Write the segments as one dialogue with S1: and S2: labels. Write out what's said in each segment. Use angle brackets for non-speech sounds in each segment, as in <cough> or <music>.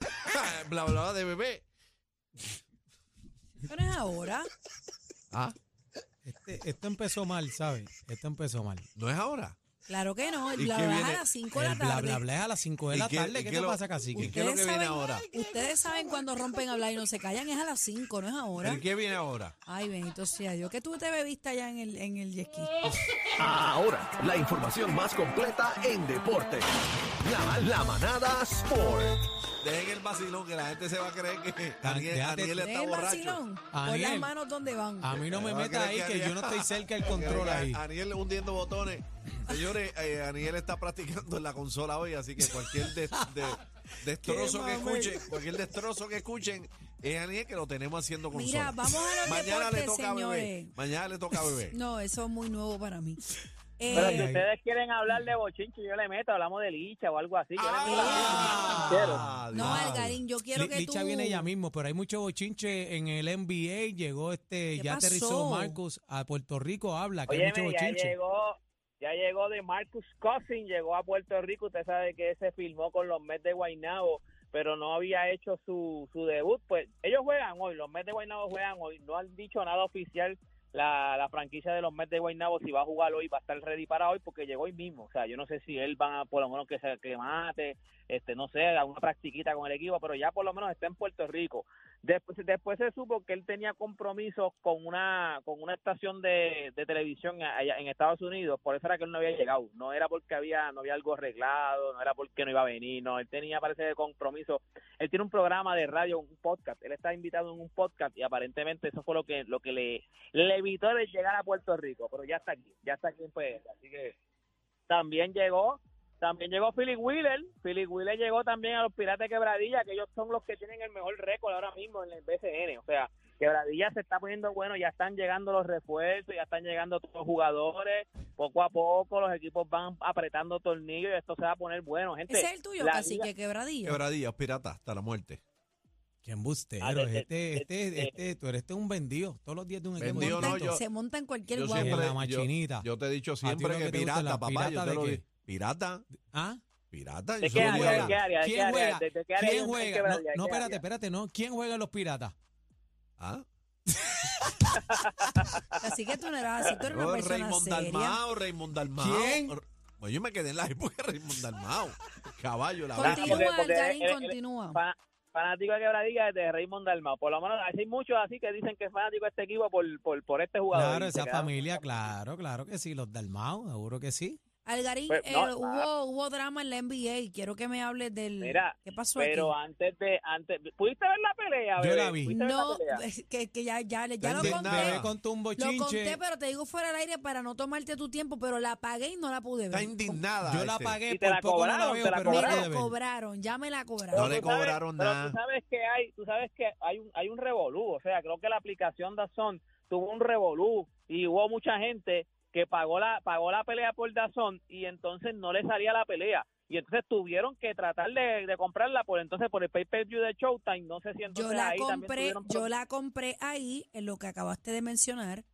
S1: <laughs>
S2: bla bla bla de bebé.
S3: Pero es ahora.
S2: Ah,
S1: Este- esto empezó mal, ¿sabes? Esto empezó mal.
S2: no es ahora.
S3: Claro que no. El
S2: ¿Y
S3: bla
S2: qué
S3: bla
S2: viene? Eh,
S3: a las 5 de la
S1: El bla
S3: tarde.
S1: bla bla es a las 5 de
S2: ¿Y
S1: la
S2: qué-
S1: tarde.
S2: y
S1: ¿Qué
S2: qué
S1: te
S2: lo-
S1: pasa, cacique?
S2: y ¿Qué es lo que viene
S3: saben-
S2: ahora?
S3: Ustedes saben cuando rompen a hablar y no se callan, es a las 5, no es ahora.
S2: ¿El qué viene ahora?
S3: Ay, bendito sea Dios, que tú te bebiste allá en el, en el jet ski.
S4: Ahora, la información más completa en deporte. La, la manada Sport.
S2: Dejen el vacilón que la gente se va a creer que Daniel,
S1: déjate-
S2: Daniel
S3: Dejen
S2: está
S3: el
S2: borracho. Ah,
S3: vacilón, pon las
S1: Aniel.
S3: manos donde van.
S1: A mí no me
S2: Va a
S1: meta ahí
S2: creer
S1: que yo no estoy cerca del control
S2: que
S1: ahí.
S2: Aniel hundiendo botones. Señores, eh, Aniel está practicando en la consola hoy, así que cualquier de-
S1: <laughs>
S2: de- destrozo que
S1: Qué mamey.
S2: escuchen, cualquier destrozo que escuchen, es Aniel que lo tenemos haciendo consola.
S3: Mira, vamos a los
S2: Mañana le
S3: deportes,
S2: toca a bebé.
S3: señores.
S2: Mañana le toca a bebé.
S3: <laughs> No, eso es muy nuevo
S2: <laughs>
S3: para mí. Eh,
S5: Pero si
S1: Ay.
S5: ustedes quieren hablar de bochinche, yo le meto, hablamos de licha o algo así. Yo le meto
S2: Ah,
S5: Quiero.
S3: no,
S2: diablo.
S3: Algarín, yo quiero
S1: Li-
S3: que
S1: Licha
S3: tú...
S1: viene ya mismo, pero hay mucho bochinche en el NBA. Llegó este,
S3: ¿Qué
S1: ya
S3: pasó?
S1: aterrizó Marcus a Puerto Rico, habla, que hay
S5: Oye,
S1: mucho
S5: ya
S1: bochinche.
S5: llegó, ya llegó de Marcus Cousin, llegó a Puerto Rico. Usted sabe que se filmó con los Mets de Guaynabo, pero no había hecho su, su debut. Pues ellos juegan hoy, los Mets de Guaynabo juegan hoy. No han dicho nada oficial la, la franquicia de los Mets de Guaynabo si va a jugar hoy, va a estar ready para hoy porque llegó hoy mismo. O sea, yo no sé si él va a, por lo menos que se que mate, este, no sé, a una practiquita con el equipo, pero ya por lo menos está en Puerto Rico. Después, después se supo que él tenía compromisos con una con una estación de, de televisión allá en Estados Unidos, por eso era que él no había llegado, no era porque había no había algo arreglado, no era porque no iba a venir, no, él tenía parece que compromisos. Él tiene un programa de radio, un podcast, él está invitado en un podcast y aparentemente eso fue lo que lo que le, le evitó de llegar a Puerto Rico, pero ya está aquí, ya está aquí en PR, así que también llegó también llegó Philip Wheeler. Philip Wheeler llegó también a los Pirates de Quebradilla, que ellos son los que tienen el mejor récord ahora mismo en el BCN. O sea, Quebradilla se está poniendo bueno, ya están llegando los refuerzos, ya están llegando todos los jugadores. Poco a poco los equipos van apretando tornillos y esto se va a poner bueno, gente.
S3: Ese es el tuyo,
S5: La
S3: casi
S5: liga-
S3: que quebradillo.
S2: Quebradillas, pirata, hasta la muerte.
S1: Qué
S5: Ah,
S1: embustero.
S5: de- de-
S1: Este,
S5: de-
S1: este,
S5: de-
S1: este, tú eres este un vendido. Todos los días de un equipo
S2: Vendido,
S1: distinto.
S2: no, yo-
S3: se monta en cualquier
S2: Yo
S3: guapo.
S1: En
S2: siempre-
S1: la machinita.
S2: Yo te he dicho
S1: ti lo
S2: siempre
S1: que
S2: que
S1: te gusta,
S2: pirata,
S1: la
S2: papá. Yo
S1: pirata
S2: te
S1: de
S2: lo
S1: qué?
S2: di- Pirata,
S1: ¿Ah?
S2: pirata. yo
S5: ¿De
S2: soy
S5: qué
S2: un
S5: área? ¿De
S2: pirata.
S5: qué área? ¿De qué
S1: ¿Quién
S5: área?
S1: juega?
S5: ¿De- de qué área
S1: ¿Quién
S5: ellos están
S1: juega? No,
S5: Quebradilla?
S1: no,
S5: ¿De qué
S1: espérate,
S5: área?
S1: espérate, no. ¿Quién juega los piratas?
S2: ¿Ah?
S3: Así que tú no eras así, tú eres una
S2: Oh,
S3: persona
S2: Raymond
S3: seria.
S2: Dalmao, Raymond Dalmao.
S1: ¿Quién?
S2: Bueno, yo me quedé en la época de Raymond Dalmao. Caballo, la
S5: Contigo.
S2: verdad.
S3: Continúa,
S5: porque- porque eh,
S3: Algarín,
S5: eres- eres-
S3: continúa.
S5: Fa- fanático de quebradilla de Raymond Dalmao. Por lo menos hay muchos así que dicen que es fanático de este equipo por, por, por este jugador.
S1: Claro,
S5: Y se
S1: esa
S5: quedan-
S1: familia, claro, claro que sí. Los Dalmao, seguro que sí.
S3: Algarín,
S5: Pues,
S3: eh,
S5: no,
S3: hubo, hubo drama en la NBA. Quiero que me hables del.
S5: Mira,
S3: ¿Qué pasó
S5: Pero
S3: aquí?
S5: antes de, antes, ¿pudiste ver la pelea?
S1: Yo
S5: bebé?
S1: la vi.
S5: ¿Pudiste ver la
S3: No, eh,
S5: pelea?
S3: <laughs> es que, que ya, ya, ya lo
S2: No
S1: Ve-
S2: entendí
S3: conté.
S1: bebé con tumbo
S3: Lo conté,
S1: chinche.
S3: pero te digo fuera del aire para no tomarte tu tiempo, pero la pagué y no la pude ver.
S2: Está indignada.
S1: Yo la
S2: este.
S1: pagué,
S5: Y te
S1: por
S5: la
S1: poco no la
S5: cobraron,
S1: veo,
S5: te la
S1: pero
S3: Me
S1: la
S3: la
S1: pude ver.
S3: cobraron, ya me la
S2: No
S3: cobraron.
S2: le
S5: tú sabes-
S2: cobraron
S5: pero
S2: nada.
S5: Tú sabes que hay, tú sabes que hay un, hay un revolú, o sea, creo que la aplicación Dazón tuvo un revolú y hubo mucha gente que pagó la, pagó la pelea por Dazón y entonces no le salía la pelea. Y entonces tuvieron que tratar de, de comprarla por entonces por el pay-per-view de Showtime. No sé si entonces
S3: yo la
S5: ahí también
S3: compré,
S5: tuvieron
S3: yo la compré ahí en lo que acabaste de mencionar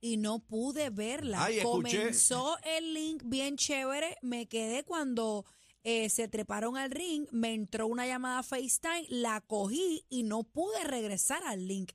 S3: y no pude verla.
S2: Ay, escuché.
S3: Comenzó el link bien chévere, me quedé cuando eh, se treparon al ring, me entró una llamada FaceTime, la cogí y no pude regresar al link.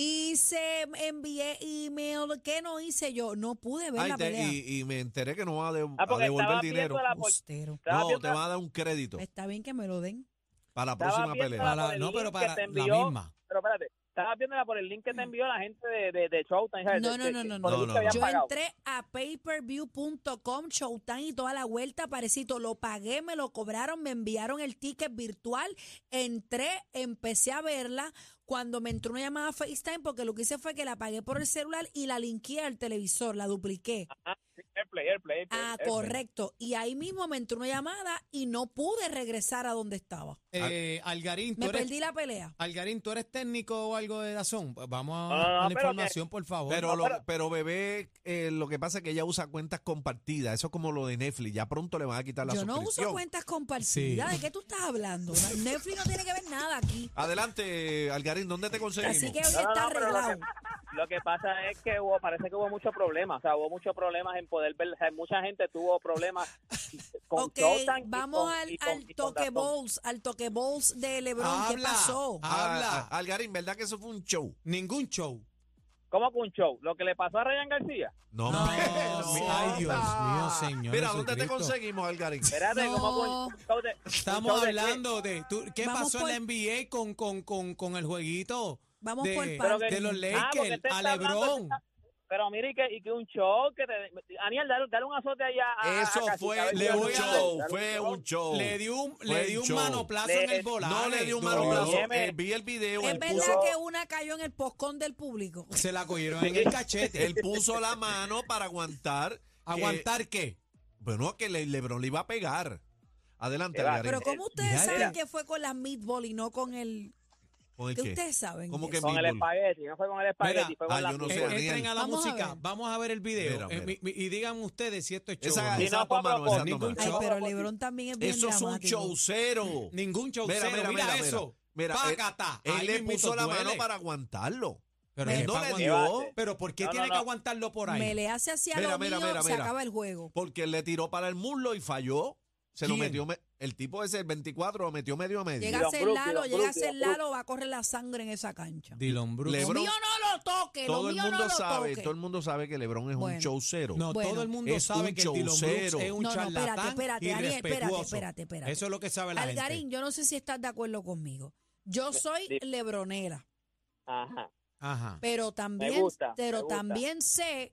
S3: Y se envié email, ¿qué no hice yo? No pude ver
S2: Ay,
S3: la
S2: te-
S3: pelea.
S2: y, y me enteré que no va a, de-
S5: Ah,
S2: a
S5: porque
S2: devolver
S5: estaba
S2: el dinero.
S5: viendo la por-
S3: Bustero.
S5: estaba
S2: No,
S5: viendo
S2: te
S5: la-
S2: va a dar un crédito
S3: Está bien que me lo den.
S2: para la
S5: estaba
S2: próxima
S5: viendo
S2: pelea.
S5: la-
S1: Para-
S5: por el
S1: no,
S5: link
S1: pero
S5: que
S1: para
S5: te
S1: la
S5: envió.
S1: misma.
S5: Pero espérate, estaba viéndola por el link
S2: Mm.
S5: que te envió la gente de, de, de Showtime. ¿sabes?
S3: No,
S5: De-
S3: no,
S5: de-
S3: no, no,
S5: por el
S2: no.
S5: link que habían
S3: Yo
S5: pagado.
S3: entré a payperview.com, Showtime y toda la vuelta, parecito. Lo pagué, me lo cobraron, me enviaron el ticket virtual. Entré, empecé a verla. Cuando me entró una llamada FaceTime, porque lo que hice fue que la pagué por el celular y la linké al televisor, la dupliqué.
S5: Airplay, Airplay, Airplay,
S3: Ah,
S5: Airplay.
S3: correcto. Y ahí mismo me entró una llamada y no pude regresar a donde estaba.
S1: Eh, Algarín, tú
S3: Me
S1: eres,
S3: perdí la pelea.
S1: Algarín, ¿tú eres técnico o algo de Dazón? Pues Vamos a,
S5: No, no, no,
S1: a la
S5: pero que-
S1: información, por favor.
S2: Pero, lo-
S5: pero-
S2: pero bebé, eh, lo que pasa es que ella usa cuentas compartidas. Eso es como lo de Netflix. Ya pronto le van a quitar la
S3: Yo no
S2: suscripción.
S3: uso cuentas compartidas.
S1: Sí.
S3: ¿De qué tú estás
S2: <laughs>
S3: hablando? Netflix no tiene que ver nada aquí.
S2: Adelante, Algarín, ¿dónde te conseguimos?
S3: Así que hoy
S5: No, no,
S3: está
S5: no, pero lo que-
S3: arreglado.
S5: Lo que pasa es que hubo, parece que hubo muchos problemas, o sea, hubo muchos problemas en poder ver, o sea, mucha gente tuvo problemas
S3: <laughs>
S5: con
S3: ok,
S5: Showtime y
S3: vamos
S5: con-
S3: al,
S5: y con-
S3: al
S5: y con
S3: toque
S5: Dazón.
S3: balls, al toque balls de LeBron. ¿Qué
S1: Habla.
S3: pasó?
S1: Habla.
S2: Ah, ah, Algarín, ¿verdad que eso fue un show?
S1: Ningún show.
S5: ¿Cómo que un show? Lo que le pasó a Ryan García.
S2: No,
S1: No,
S2: hombre,
S1: mi- ay, Dios mío, señor
S2: Mira, ¿dónde te
S1: Jesucristo.
S2: conseguimos, Algarín?
S5: Espérate,
S3: No.
S5: ¿cómo que un show de- un
S1: Estamos
S5: show de qué?
S1: hablando de tú- qué
S3: Vamos
S1: pasó
S3: por-
S1: en la NBA con, con, con, con el jueguito
S3: Vamos
S1: de,
S3: por
S5: Pero que-
S1: de los
S5: Ah, porque
S1: Lakers
S5: usted
S1: a
S5: está hablando de-
S1: LeBron.
S5: Pero mire, y que, y que un show. que te- Aniel, dale, dale un azote allá a.
S2: Eso
S5: a- a-
S2: fue
S5: Ah, Casi
S2: un
S1: le
S5: Cabello.
S1: voy a-
S2: show,
S5: Dale
S2: fue un show.
S1: Le dio un,
S2: Fue
S1: le dio
S2: un
S1: un
S2: show.
S1: manoplazo
S5: Le-
S1: en el volante.
S2: No le dio un
S1: Dolió.
S2: manoplazo.
S5: Óyeme.
S2: eh, vi el video.
S3: Es
S2: él
S3: verdad
S2: puso-
S3: que una cayó en el poscón
S2: <laughs>
S3: del público.
S1: Se la cogieron en el cachete.
S2: Él puso la mano para aguantar. que-
S1: ¿Aguantar qué?
S2: bueno, que le, Lebron le iba a pegar. Adelante,
S5: Te va.
S2: Algarín.
S3: Pero ¿cómo ustedes
S1: Mira,
S3: saben
S5: mira.
S3: que fue con las meatball y no con el...
S2: ¿Con el
S3: ¿Qué
S2: qué?
S3: ustedes saben?
S2: ¿Cómo
S3: de
S2: que
S3: eso?
S5: Con el
S2: Pitbull.
S5: espagueti, no fue con el espagueti,
S1: Mira,
S5: fue con
S2: ah,
S5: la
S2: yo no
S1: Eh,
S2: sé,
S5: cuchara.
S2: Daniel.
S1: entren a la
S3: Vamos a
S1: música.
S3: ver.
S1: Vamos a ver el video.
S2: Mira,
S1: Eh,
S2: mira.
S1: mi- mi- y digan ustedes si esto es show.
S2: Esa,
S1: o no.
S5: Sí,
S2: esa
S5: no,
S2: toma
S5: fue
S2: no,
S5: a
S2: esa
S5: propósito.
S2: toma.
S3: Ay,
S5: No,
S3: pero
S5: no, no.
S3: LeBron también es bien
S2: Eso es un
S3: dramático.
S2: showcero.
S1: Ningún show.
S2: Mira,
S1: cero.
S2: mira,
S1: Mira,
S2: mira, mira.
S1: eso.
S2: Mira, él-
S1: Pácata.
S2: Él
S1: Ahí
S2: le
S1: mismito
S2: puso la
S1: duele.
S2: mano para aguantarlo.
S1: Pero,
S2: Él
S1: ¿qué
S2: no
S1: pa'
S2: le
S1: aguantar?
S2: dio.
S1: Pero ¿por qué
S5: No, no,
S1: tiene que
S5: no.
S1: aguantarlo por ahí?
S3: Me le hace hacia
S2: Mira,
S3: lo
S2: mira,
S3: mío,
S2: mira,
S3: se
S2: mira.
S3: acaba el juego.
S2: Porque él le tiró para el muslo y falló. Se lo
S1: ¿Quién?
S2: metió. me- El tipo ese, el 24, lo metió medio a medio.
S3: Llega a
S5: Dylan
S3: ser
S5: Brooks,
S3: Lalo,
S5: Dylan
S3: llega a
S5: Brooks,
S3: ser
S5: Dylan
S3: Lalo, va a correr la sangre en esa cancha.
S1: Dylan Brooks.
S2: Le-
S3: Lo
S2: Lebron-
S3: mío no lo toque, lo
S2: todo el
S3: mío
S2: mundo
S3: no lo
S2: sabe,
S3: toque.
S2: todo el mundo sabe que LeBron es
S3: Bueno.
S2: un showcero.
S1: No,
S3: Bueno.
S1: todo el mundo
S2: Es
S1: sabe
S2: un
S1: que el Dylan Brooks
S2: showcero.
S1: es un
S3: No, no, espérate,
S1: charlatán
S3: espérate,
S1: y
S3: Daniel, espérate,
S1: respetuoso.
S3: espérate, espérate.
S1: Eso es lo que sabe la
S3: Algarín,
S1: gente.
S3: yo no sé si estás de acuerdo conmigo. Yo soy
S5: di-
S3: lebronera,
S5: Ajá.
S1: Ajá.
S3: pero también,
S5: gusta, me
S3: pero
S5: gusta.
S3: también sé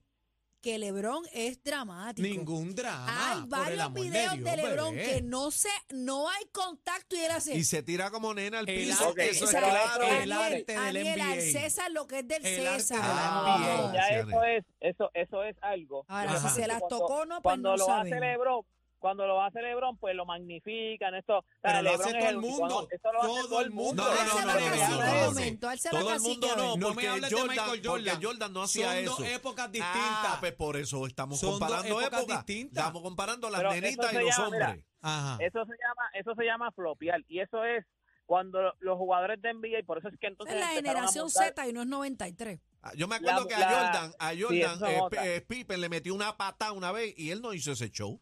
S3: que Lebron es dramático.
S1: Ningún drama.
S3: hay
S1: por el
S3: varios
S1: amor
S3: videos de,
S1: de, Dios,
S3: Lebron
S1: bebé.
S3: que no se, no hay contacto y él hace.
S2: Y se tira como nena al
S1: El
S2: piso.
S5: arte-
S2: Eso
S3: o
S2: es
S3: sea,
S5: pero
S2: claro.
S5: eso-
S3: Daniel,
S1: El arte del
S3: Daniel, al
S1: NBA.
S3: César lo que es del
S1: El arte
S3: César.
S1: del
S2: Ah,
S3: No.
S5: Ya
S2: sí,
S5: eso es, eso, eso es algo.
S3: Ahora,
S5: Lo
S1: si
S5: que
S3: se las
S5: pasa es que cuando-
S3: tocó, no, pues
S5: cuando
S3: no
S5: lo
S3: sabemos.
S5: hace LeBron, cuando lo hace LeBron, pues lo magnifican, esto. o sea,
S1: Pero lo
S5: LeBron
S1: hace
S5: es
S1: todo el
S5: único,
S1: mundo,
S5: ¿no? Esto lo hace
S1: todo
S5: todo
S1: el
S5: el mundo.
S2: No, no,
S3: Él
S2: no,
S3: se
S2: no, no,
S3: va cacique
S2: no,
S3: un
S2: no,
S3: momento, él se va
S2: Todo el
S3: cacique
S2: mundo
S3: ahora.
S2: no,
S1: No me
S2: porque
S1: hables de
S2: Jordan,
S1: Michael Jordan.
S2: porque Jordan no hacía
S1: Son
S2: eso.
S1: dos épocas
S2: Ah,
S1: distintas.
S2: pues por eso estamos
S1: Son dos
S2: comparando
S1: épocas
S2: épocas.
S1: distintas.
S2: Estamos comparando las
S5: Pero eso
S2: nenitas y
S5: se
S2: los
S5: llama, mira,
S2: hombres.
S1: Ajá.
S5: Eso se llama, eso se llama flopear y eso es cuando lo- los jugadores de NBA y por eso es que
S3: Es
S5: entonces
S3: la
S5: empezaron a
S3: generación
S5: montar-
S3: Z y no es 93.
S2: Ah, Yo me acuerdo
S5: La-
S2: que
S5: la-
S2: a Jordan, a
S5: sí,
S2: Jordan,
S5: eso es
S2: eh,
S5: otra.
S2: eh, Pippen le metió una patada una vez y él no hizo ese show.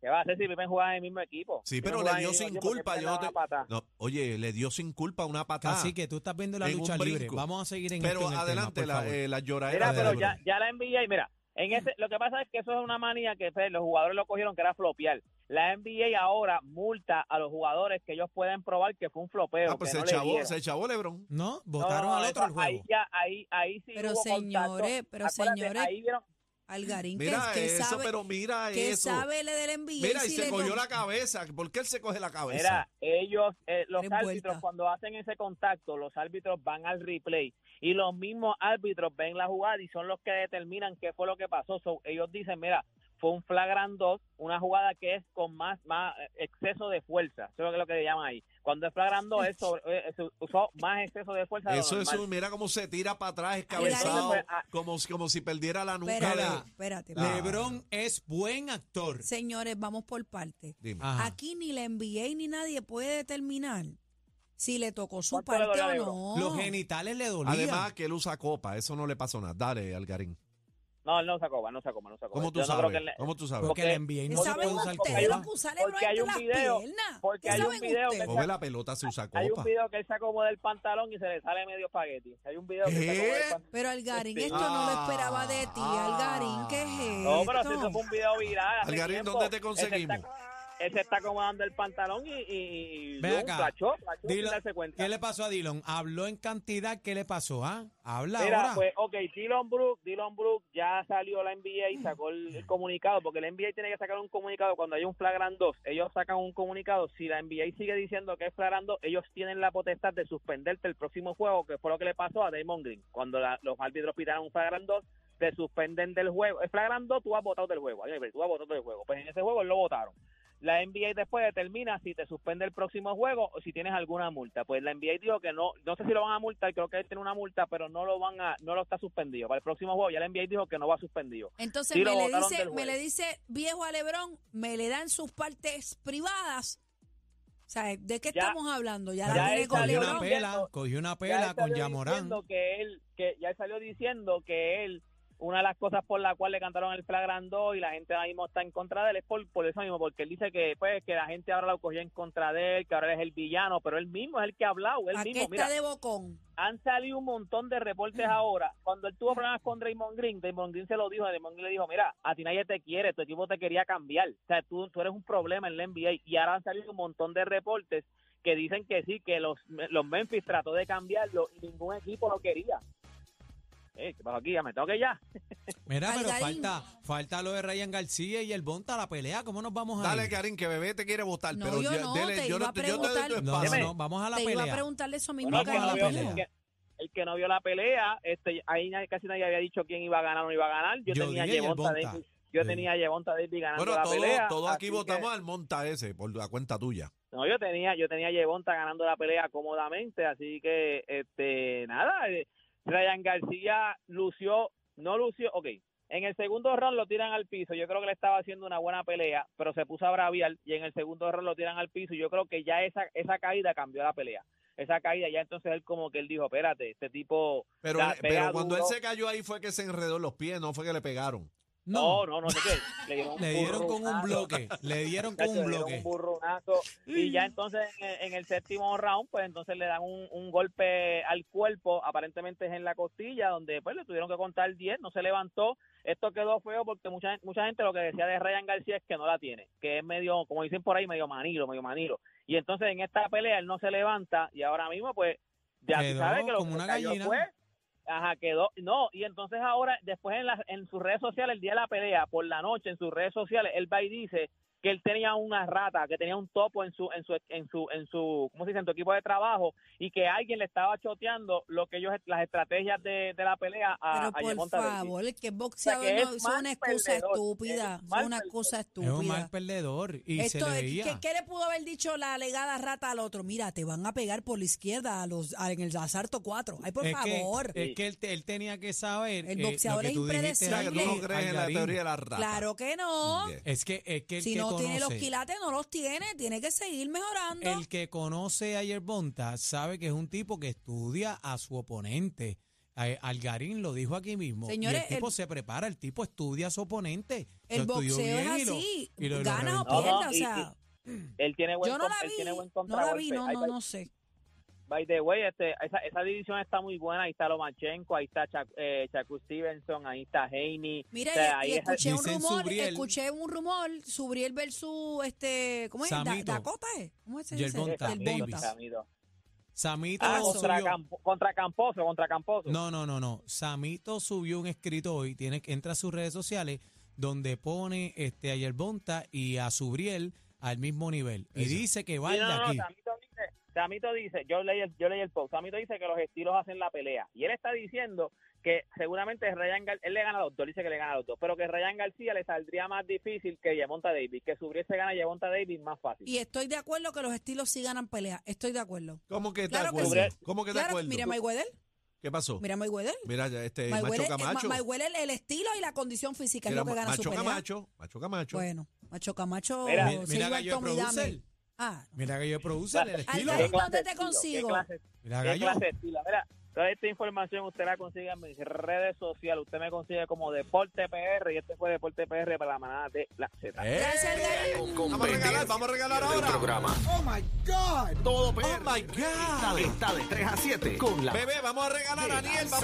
S5: que va a hacer si Pippen jugaba en el mismo equipo.
S2: Sí,
S5: Pippen
S2: pero le
S5: jugaba en
S2: dio
S5: el mismo
S2: sin
S5: equipo,
S2: culpa.
S5: Pippen
S2: Yo no
S5: daba
S2: te-
S5: patada.
S2: no, oye, le dio sin culpa una patada.
S1: Así que tú estás viendo la
S2: ah, en un
S1: lucha libre.
S2: brinco.
S1: Vamos a seguir en
S2: pero
S1: esto en el
S2: adelante,
S1: tema, por
S2: la,
S1: favor.
S2: eh, la lloradera
S5: Mira,
S2: de
S5: pero
S2: Lebron.
S5: ya, ya la NBA, mira, en ese, lo que pasa es que eso es una manía que pues, los jugadores lo cogieron que era flopear. La NBA ahora multa a los jugadores que ellos pueden probar que fue un flopeo.
S2: Ah, pues
S5: que
S2: se
S5: no le
S2: chavó,
S5: dieron.
S2: se chavó Lebron.
S1: No,
S5: No,
S1: votaron
S5: no,
S1: al otro
S5: eso-
S1: el juego.
S5: Ahí, ya- ahí, ahí sí
S3: Pero
S5: hubo
S3: señores,
S5: contacto.
S3: pero
S5: Acuérdate,
S3: señores,
S5: ahí vieron-
S3: Algarín, que,
S2: Mira
S3: que
S2: eso,
S3: sabe,
S2: pero mira
S3: que
S2: eso.
S3: sabe le del NBA.
S2: Mira, y
S3: si
S2: se
S3: le
S2: cogió
S3: con-
S2: la cabeza. ¿Por qué él se coge la cabeza?
S5: Mira, ellos, eh, los
S3: Tres
S5: árbitros,
S3: vueltas.
S5: cuando hacen ese contacto, los árbitros van al replay y los mismos árbitros ven la jugada y son los que determinan qué fue lo que pasó. So, ellos dicen, mira, fue un flagrant 2, una jugada que es con más, más eh, exceso de fuerza. Eso es lo que le llaman ahí. Cuando es flagrant 2, es sobre- eh, se usó más exceso de fuerza. de lo
S2: Eso es
S5: normal.
S2: un, mira cómo se tira para atrás,
S3: Algarín.
S2: escabezado,
S5: Entonces, pues, ah.
S2: como, si- como si perdiera la nuca.
S3: Espérate,
S2: de-
S1: Mira,
S3: espérate.
S2: la-
S3: espérate.
S1: Lebron es buen actor.
S3: Señores, vamos por parte.
S2: Dime.
S1: Ajá.
S3: Aquí ni la NBA ni nadie puede determinar si le tocó su
S5: ¿Cuánto le
S3: parte
S5: dolió a
S3: o no.
S1: Los genitales le dolían.
S2: Además que él usa copa, eso no le pasó nada. Dale, Algarín.
S5: No, él no sacó, no sacó, no sacó.
S2: ¿Cómo tú
S5: Pues Yo no creo
S2: sabes?
S5: que él le-
S2: ¿Cómo tú sabes?
S1: porque
S5: porque-
S1: el NBA no se
S3: ¿Saben
S1: puede usar
S5: porque
S3: ustedes
S5: hay
S3: lo
S1: copa.
S5: un-
S3: que usa
S5: porque
S3: Lebron
S5: hay
S3: entre
S5: un
S3: las
S5: video,
S3: piernas?
S5: porque
S3: ¿Qué
S5: hay un
S3: saben
S5: video que-
S3: ustedes?
S2: Come la pelota, se usa
S5: Hay un
S2: copa.
S5: video que él sacó como del pantalón y se le sale medio espagueti. Hay un video que él sacó como
S2: ¿Eh?
S5: del pantalón.
S3: Pero Algarín,
S5: Sí.
S3: esto no lo esperaba de ti, Algarín, ¿qué es
S5: Este, ah. No,
S3: esto?
S5: pero si eso fue un video viral. hace
S2: Algarín,
S5: tiempo.
S2: ¿dónde te
S5: Él se
S2: conseguimos?
S5: está- Él se está acomodando el pantalón y. y, y
S1: Ven
S5: dio un
S1: acá.
S5: flachó, flachó sin
S1: Dilo-
S5: darse cuenta.
S1: ¿Qué le pasó a Dillon? Habló en cantidad. ¿Qué le pasó? ah? Habla
S5: Mira,
S1: ahora.
S5: pues, ok, Dylan Brook, Dylan Brook ya salió la NBA y sacó el, el comunicado, porque la NBA tiene que sacar un comunicado cuando hay un flagrant 2. Ellos sacan un comunicado. Si la NBA sigue diciendo que es flagrant 2, ellos tienen la potestad de suspenderte el próximo juego, que fue lo que le pasó a Damon Green. Cuando la- los árbitros pitaron un flagrant 2, te suspenden del juego. Es flagrant 2, tú has votado del juego. Ay, pero Tú has votado del juego. Pues en ese juego lo votaron. La NBA después determina si te suspende el próximo juego o si tienes alguna multa. Pues la NBA dijo que no, no sé si lo van a multar, creo que él tiene una multa, pero no lo van a, no lo está suspendido. Para el próximo juego ya la NBA dijo que no va suspendido.
S3: Entonces
S5: Sí,
S3: me,
S5: lo
S3: le
S5: botaron
S3: dice,
S5: del
S3: me le
S5: juego.
S3: dice viejo a Lebrón, me le dan sus partes privadas O sea, ¿de qué
S5: Ya-
S3: estamos hablando? Ya,
S5: ya
S3: la tiene
S5: él
S3: con
S5: salió
S1: Cogió una
S5: diciendo-
S3: Lebron.
S1: pela, cogió una pela
S5: él
S1: con
S5: salió
S1: Yamorán.
S5: diciendo Que él, que ya él salió diciendo que él, una de las cosas por la cual le cantaron el flagrando y la gente ahora mismo está en contra de él es por, por eso mismo, porque él dice que pues que la gente ahora lo cogió en contra de él, que ahora él es el villano, pero él mismo es el que ha hablado, él
S3: Aquí
S5: mismo,
S3: está
S5: mira,
S3: de bocón.
S5: han salido un montón de reportes ahora. Cuando él tuvo problemas con Draymond Green, Draymond Green se lo dijo, Draymond Green le dijo, mira, a ti nadie te quiere, tu equipo te quería cambiar, o sea, tú, tú eres un problema en la NBA y ahora han salido un montón de reportes que dicen que sí, que los, los Memphis trató de cambiarlo y ningún equipo lo quería. Eh, ¿Qué pasó aquí? Ya me tengo que ir ya.
S1: Mira, pero
S3: Algarín.
S1: falta, falta lo de Ryan García y el Bonta la pelea. ¿Cómo nos vamos a
S2: Dale,
S1: ir?
S2: Karim, que bebé te quiere votar,
S3: No,
S2: pero
S3: yo
S2: ya-
S3: no,
S2: dele,
S3: te
S2: yo,
S3: iba
S2: no
S3: a
S2: te, yo te doy tu
S3: preguntar.
S1: No,
S2: espacio.
S1: no, vamos a la
S3: Te iba a
S1: pelea.
S3: preguntarle eso mismo
S5: Bueno,
S3: que
S5: el que
S1: vamos a
S5: no
S1: la
S5: vio-
S1: pelea.
S5: el que- El que no vio la pelea, este, ahí nadie- casi nadie había dicho quién iba a ganar o no iba a ganar. Yo,
S1: Yo
S5: tenía a
S1: dije y el
S5: Yevonta
S1: Bonta.
S5: Davis. Yo
S1: Sí.
S5: tenía a Yevonta Davis ganando
S2: Bueno,
S5: la
S2: todos
S5: pelea.
S2: todo aquí
S5: así que-
S2: votamos al monta ese, por la cuenta tuya.
S5: No, yo tenía, yo tenía a Yevonta ganando la pelea cómodamente, así que, este, nada, eh, Ryan García lució, no lució, ok, en el segundo round lo tiran al piso, yo creo que le estaba haciendo una buena pelea, pero se puso a braviar y en el segundo round lo tiran al piso y yo creo que ya esa, esa caída cambió la pelea, esa caída ya entonces él como que él dijo, espérate, este tipo,
S2: Pero,
S5: La
S2: eh, pero
S5: pega
S2: cuando él
S5: duro.
S2: se cayó ahí fue que se enredó en los pies, no fue que le pegaron.
S5: no,
S1: No,
S5: oh, no, no, sé qué, le dieron, un
S1: le dieron con un
S5: burrunazo.
S1: bloque. Le dieron con
S5: Chacho,
S1: un
S5: le dieron
S1: bloque. Mm.
S5: un burronazo. Y ya entonces en el, en el séptimo round, pues entonces le dan un, un golpe al cuerpo, aparentemente es en la costilla, donde pues le tuvieron que contar 10, no se levantó. Esto quedó feo porque mucha, mucha gente lo que decía de Ryan García es que no la tiene, que es medio, como dicen por ahí, medio manilo, medio manilo. Y entonces en esta pelea él no se levanta y ahora mismo pues ya tú
S1: Quedó
S5: sabes que lo
S1: como
S5: que
S1: una
S5: cayó
S1: gallina.
S5: fue Ajá, quedó. No, y entonces ahora, después en, las en sus redes sociales, el día de la pelea, por la noche, en sus redes sociales, él va y dice que él tenía una rata, que tenía un topo en su, en su, en su, en su, ¿cómo se dice? En su equipo de trabajo y que alguien le estaba choteando lo que ellos, las estrategias de, de la pelea a,
S3: Pero
S5: a
S3: por
S5: Yemonta Davis.
S3: favor, el que es
S5: sea,
S3: boxeador
S5: que
S3: no,
S5: es
S3: eso es una
S5: mal
S3: excusa
S5: perdedor,
S3: estúpida.
S5: es
S3: eso
S5: mal
S3: Es una
S5: perdedor.
S3: excusa
S1: Es un mal
S3: estúpida.
S1: perdedor. Y
S3: Esto
S1: se le
S3: es- ¿qué-
S1: veía.
S3: ¿qué, le pudo haber dicho la alegada rata al otro? Mira, te van a pegar por la izquierda a los, a- en el asalto 4. Ay, por
S1: es
S3: favor.
S1: Que, es que él, te- él tenía que saber.
S3: El
S1: eh, lo
S3: boxeador
S1: que
S3: es
S1: tú dijiste
S2: O sea, que tú no
S1: ahí,
S3: impredecible.
S2: crees en la
S1: Algarín.
S2: teoría de la rata.
S3: claro que no.
S2: Yeah.
S1: Es que, es que el
S3: Si
S1: que
S3: no
S1: conoce,
S3: tiene los quilates, no los tiene. Tiene que seguir mejorando.
S1: El que conoce a Yerbonta sabe que es un tipo que estudia a su oponente. Eh, Algarín lo dijo aquí mismo. y
S3: Señores,
S1: el tipo
S3: el-
S1: se prepara, el tipo estudia a su oponente.
S3: El
S1: Lo estudió
S3: boxeo es
S1: bien y lo-
S3: así.
S1: y lo- y lo
S3: Ganas o
S1: reventó.
S5: No,
S3: pierdas.
S5: no,
S3: O
S5: y-
S3: sea,
S5: Él tiene buen,
S3: yo no
S5: con-
S3: la
S5: él
S3: vi.
S5: tiene buen
S3: No la
S5: contragolpe.
S3: vi, no,
S5: Ahí
S3: no,
S5: va-
S3: no sé.
S5: By the way, este, esa, esa división está muy buena. Ahí está Lomachenko, ahí está Chac, eh, Chacu Stevenson, ahí está Haney.
S3: Mira, eh,
S5: O sea,
S3: y, y
S5: ahí es-
S3: escuché un
S1: Dicen
S3: rumor,
S1: Subriel.
S3: escuché un rumor, Subriel versus este, ¿cómo es? Da-
S1: Samito.
S3: Dakota es. ¿Cómo es ese?
S1: Yerbonta,
S3: Del
S5: Samito,
S1: Davis.
S3: Bonta.
S5: Samito.
S1: Samito
S5: Ah,
S3: Eso.
S5: contra,
S1: subió.
S5: Campo- contra Camposo, contra Camposo.
S1: No, no, no, no. Samito subió un escrito hoy, tiene que entra a sus redes sociales donde pone este a Yerbonta y a Subriel al mismo nivel y
S2: Eso.
S1: dice que va
S5: Sí,
S1: el
S5: no,
S1: de
S5: no, no,
S1: aquí.
S5: Samito dice, Samito dice, yo leí, el, yo leí el post, Samito dice que los estilos hacen la pelea. Y él está diciendo que seguramente Ryan Gar- él le gana a los dos, él dice que le gana a los dos, pero que Ryan García le saldría más difícil que Yamonta Davis, que subiese gana Yamonta Davis más fácil.
S3: Y estoy de acuerdo que los estilos sí ganan peleas. Estoy de acuerdo.
S2: ¿Cómo que te
S3: Claro que
S2: acuerdas?
S5: sí.
S2: ¿Cómo que te
S3: Claro,
S2: acuerdas?
S3: mira a Mayweather.
S2: ¿Qué pasó?
S3: Mira a Mayweather.
S2: Mira, ya este
S3: Mayweather,
S2: Macho
S3: eh, Ma-
S2: Camacho.
S3: Mayweather, el estilo y la condición física
S2: Mira,
S3: es lo que gana
S2: macho
S3: su pelea.
S2: Camacho, Macho Camacho.
S3: Bueno, Macho Camacho
S5: Mira,
S3: se
S1: Mira
S3: iba
S1: Gallo de
S3: al Tommy
S1: Producer.
S3: Dame. Ah,
S1: Mira Gallo de
S5: <laughs>
S1: Producer, el
S3: Algarín,
S1: estilo.
S5: ¿Qué clase
S3: ¿dónde
S5: de
S3: te
S5: estilo? ¿Qué
S3: consigo?
S5: clase de
S1: Mira
S5: ¿Qué
S1: Gallo.
S5: clase de estilo? Mira, toda esta información usted la consigue en mis redes sociales. Usted me consigue como Deporte PR y este fue Deporte PR para la manada de la Z.
S2: Eh,
S3: gracias, Algarín.
S2: Vamos a regalar, vamos a regalar ahora.
S4: El programa. Oh my God. Todo PR.
S2: Oh my God.
S4: Está, de, está de 3 a 7 con la
S2: Bebé, vamos a regalar a Daniel. vamos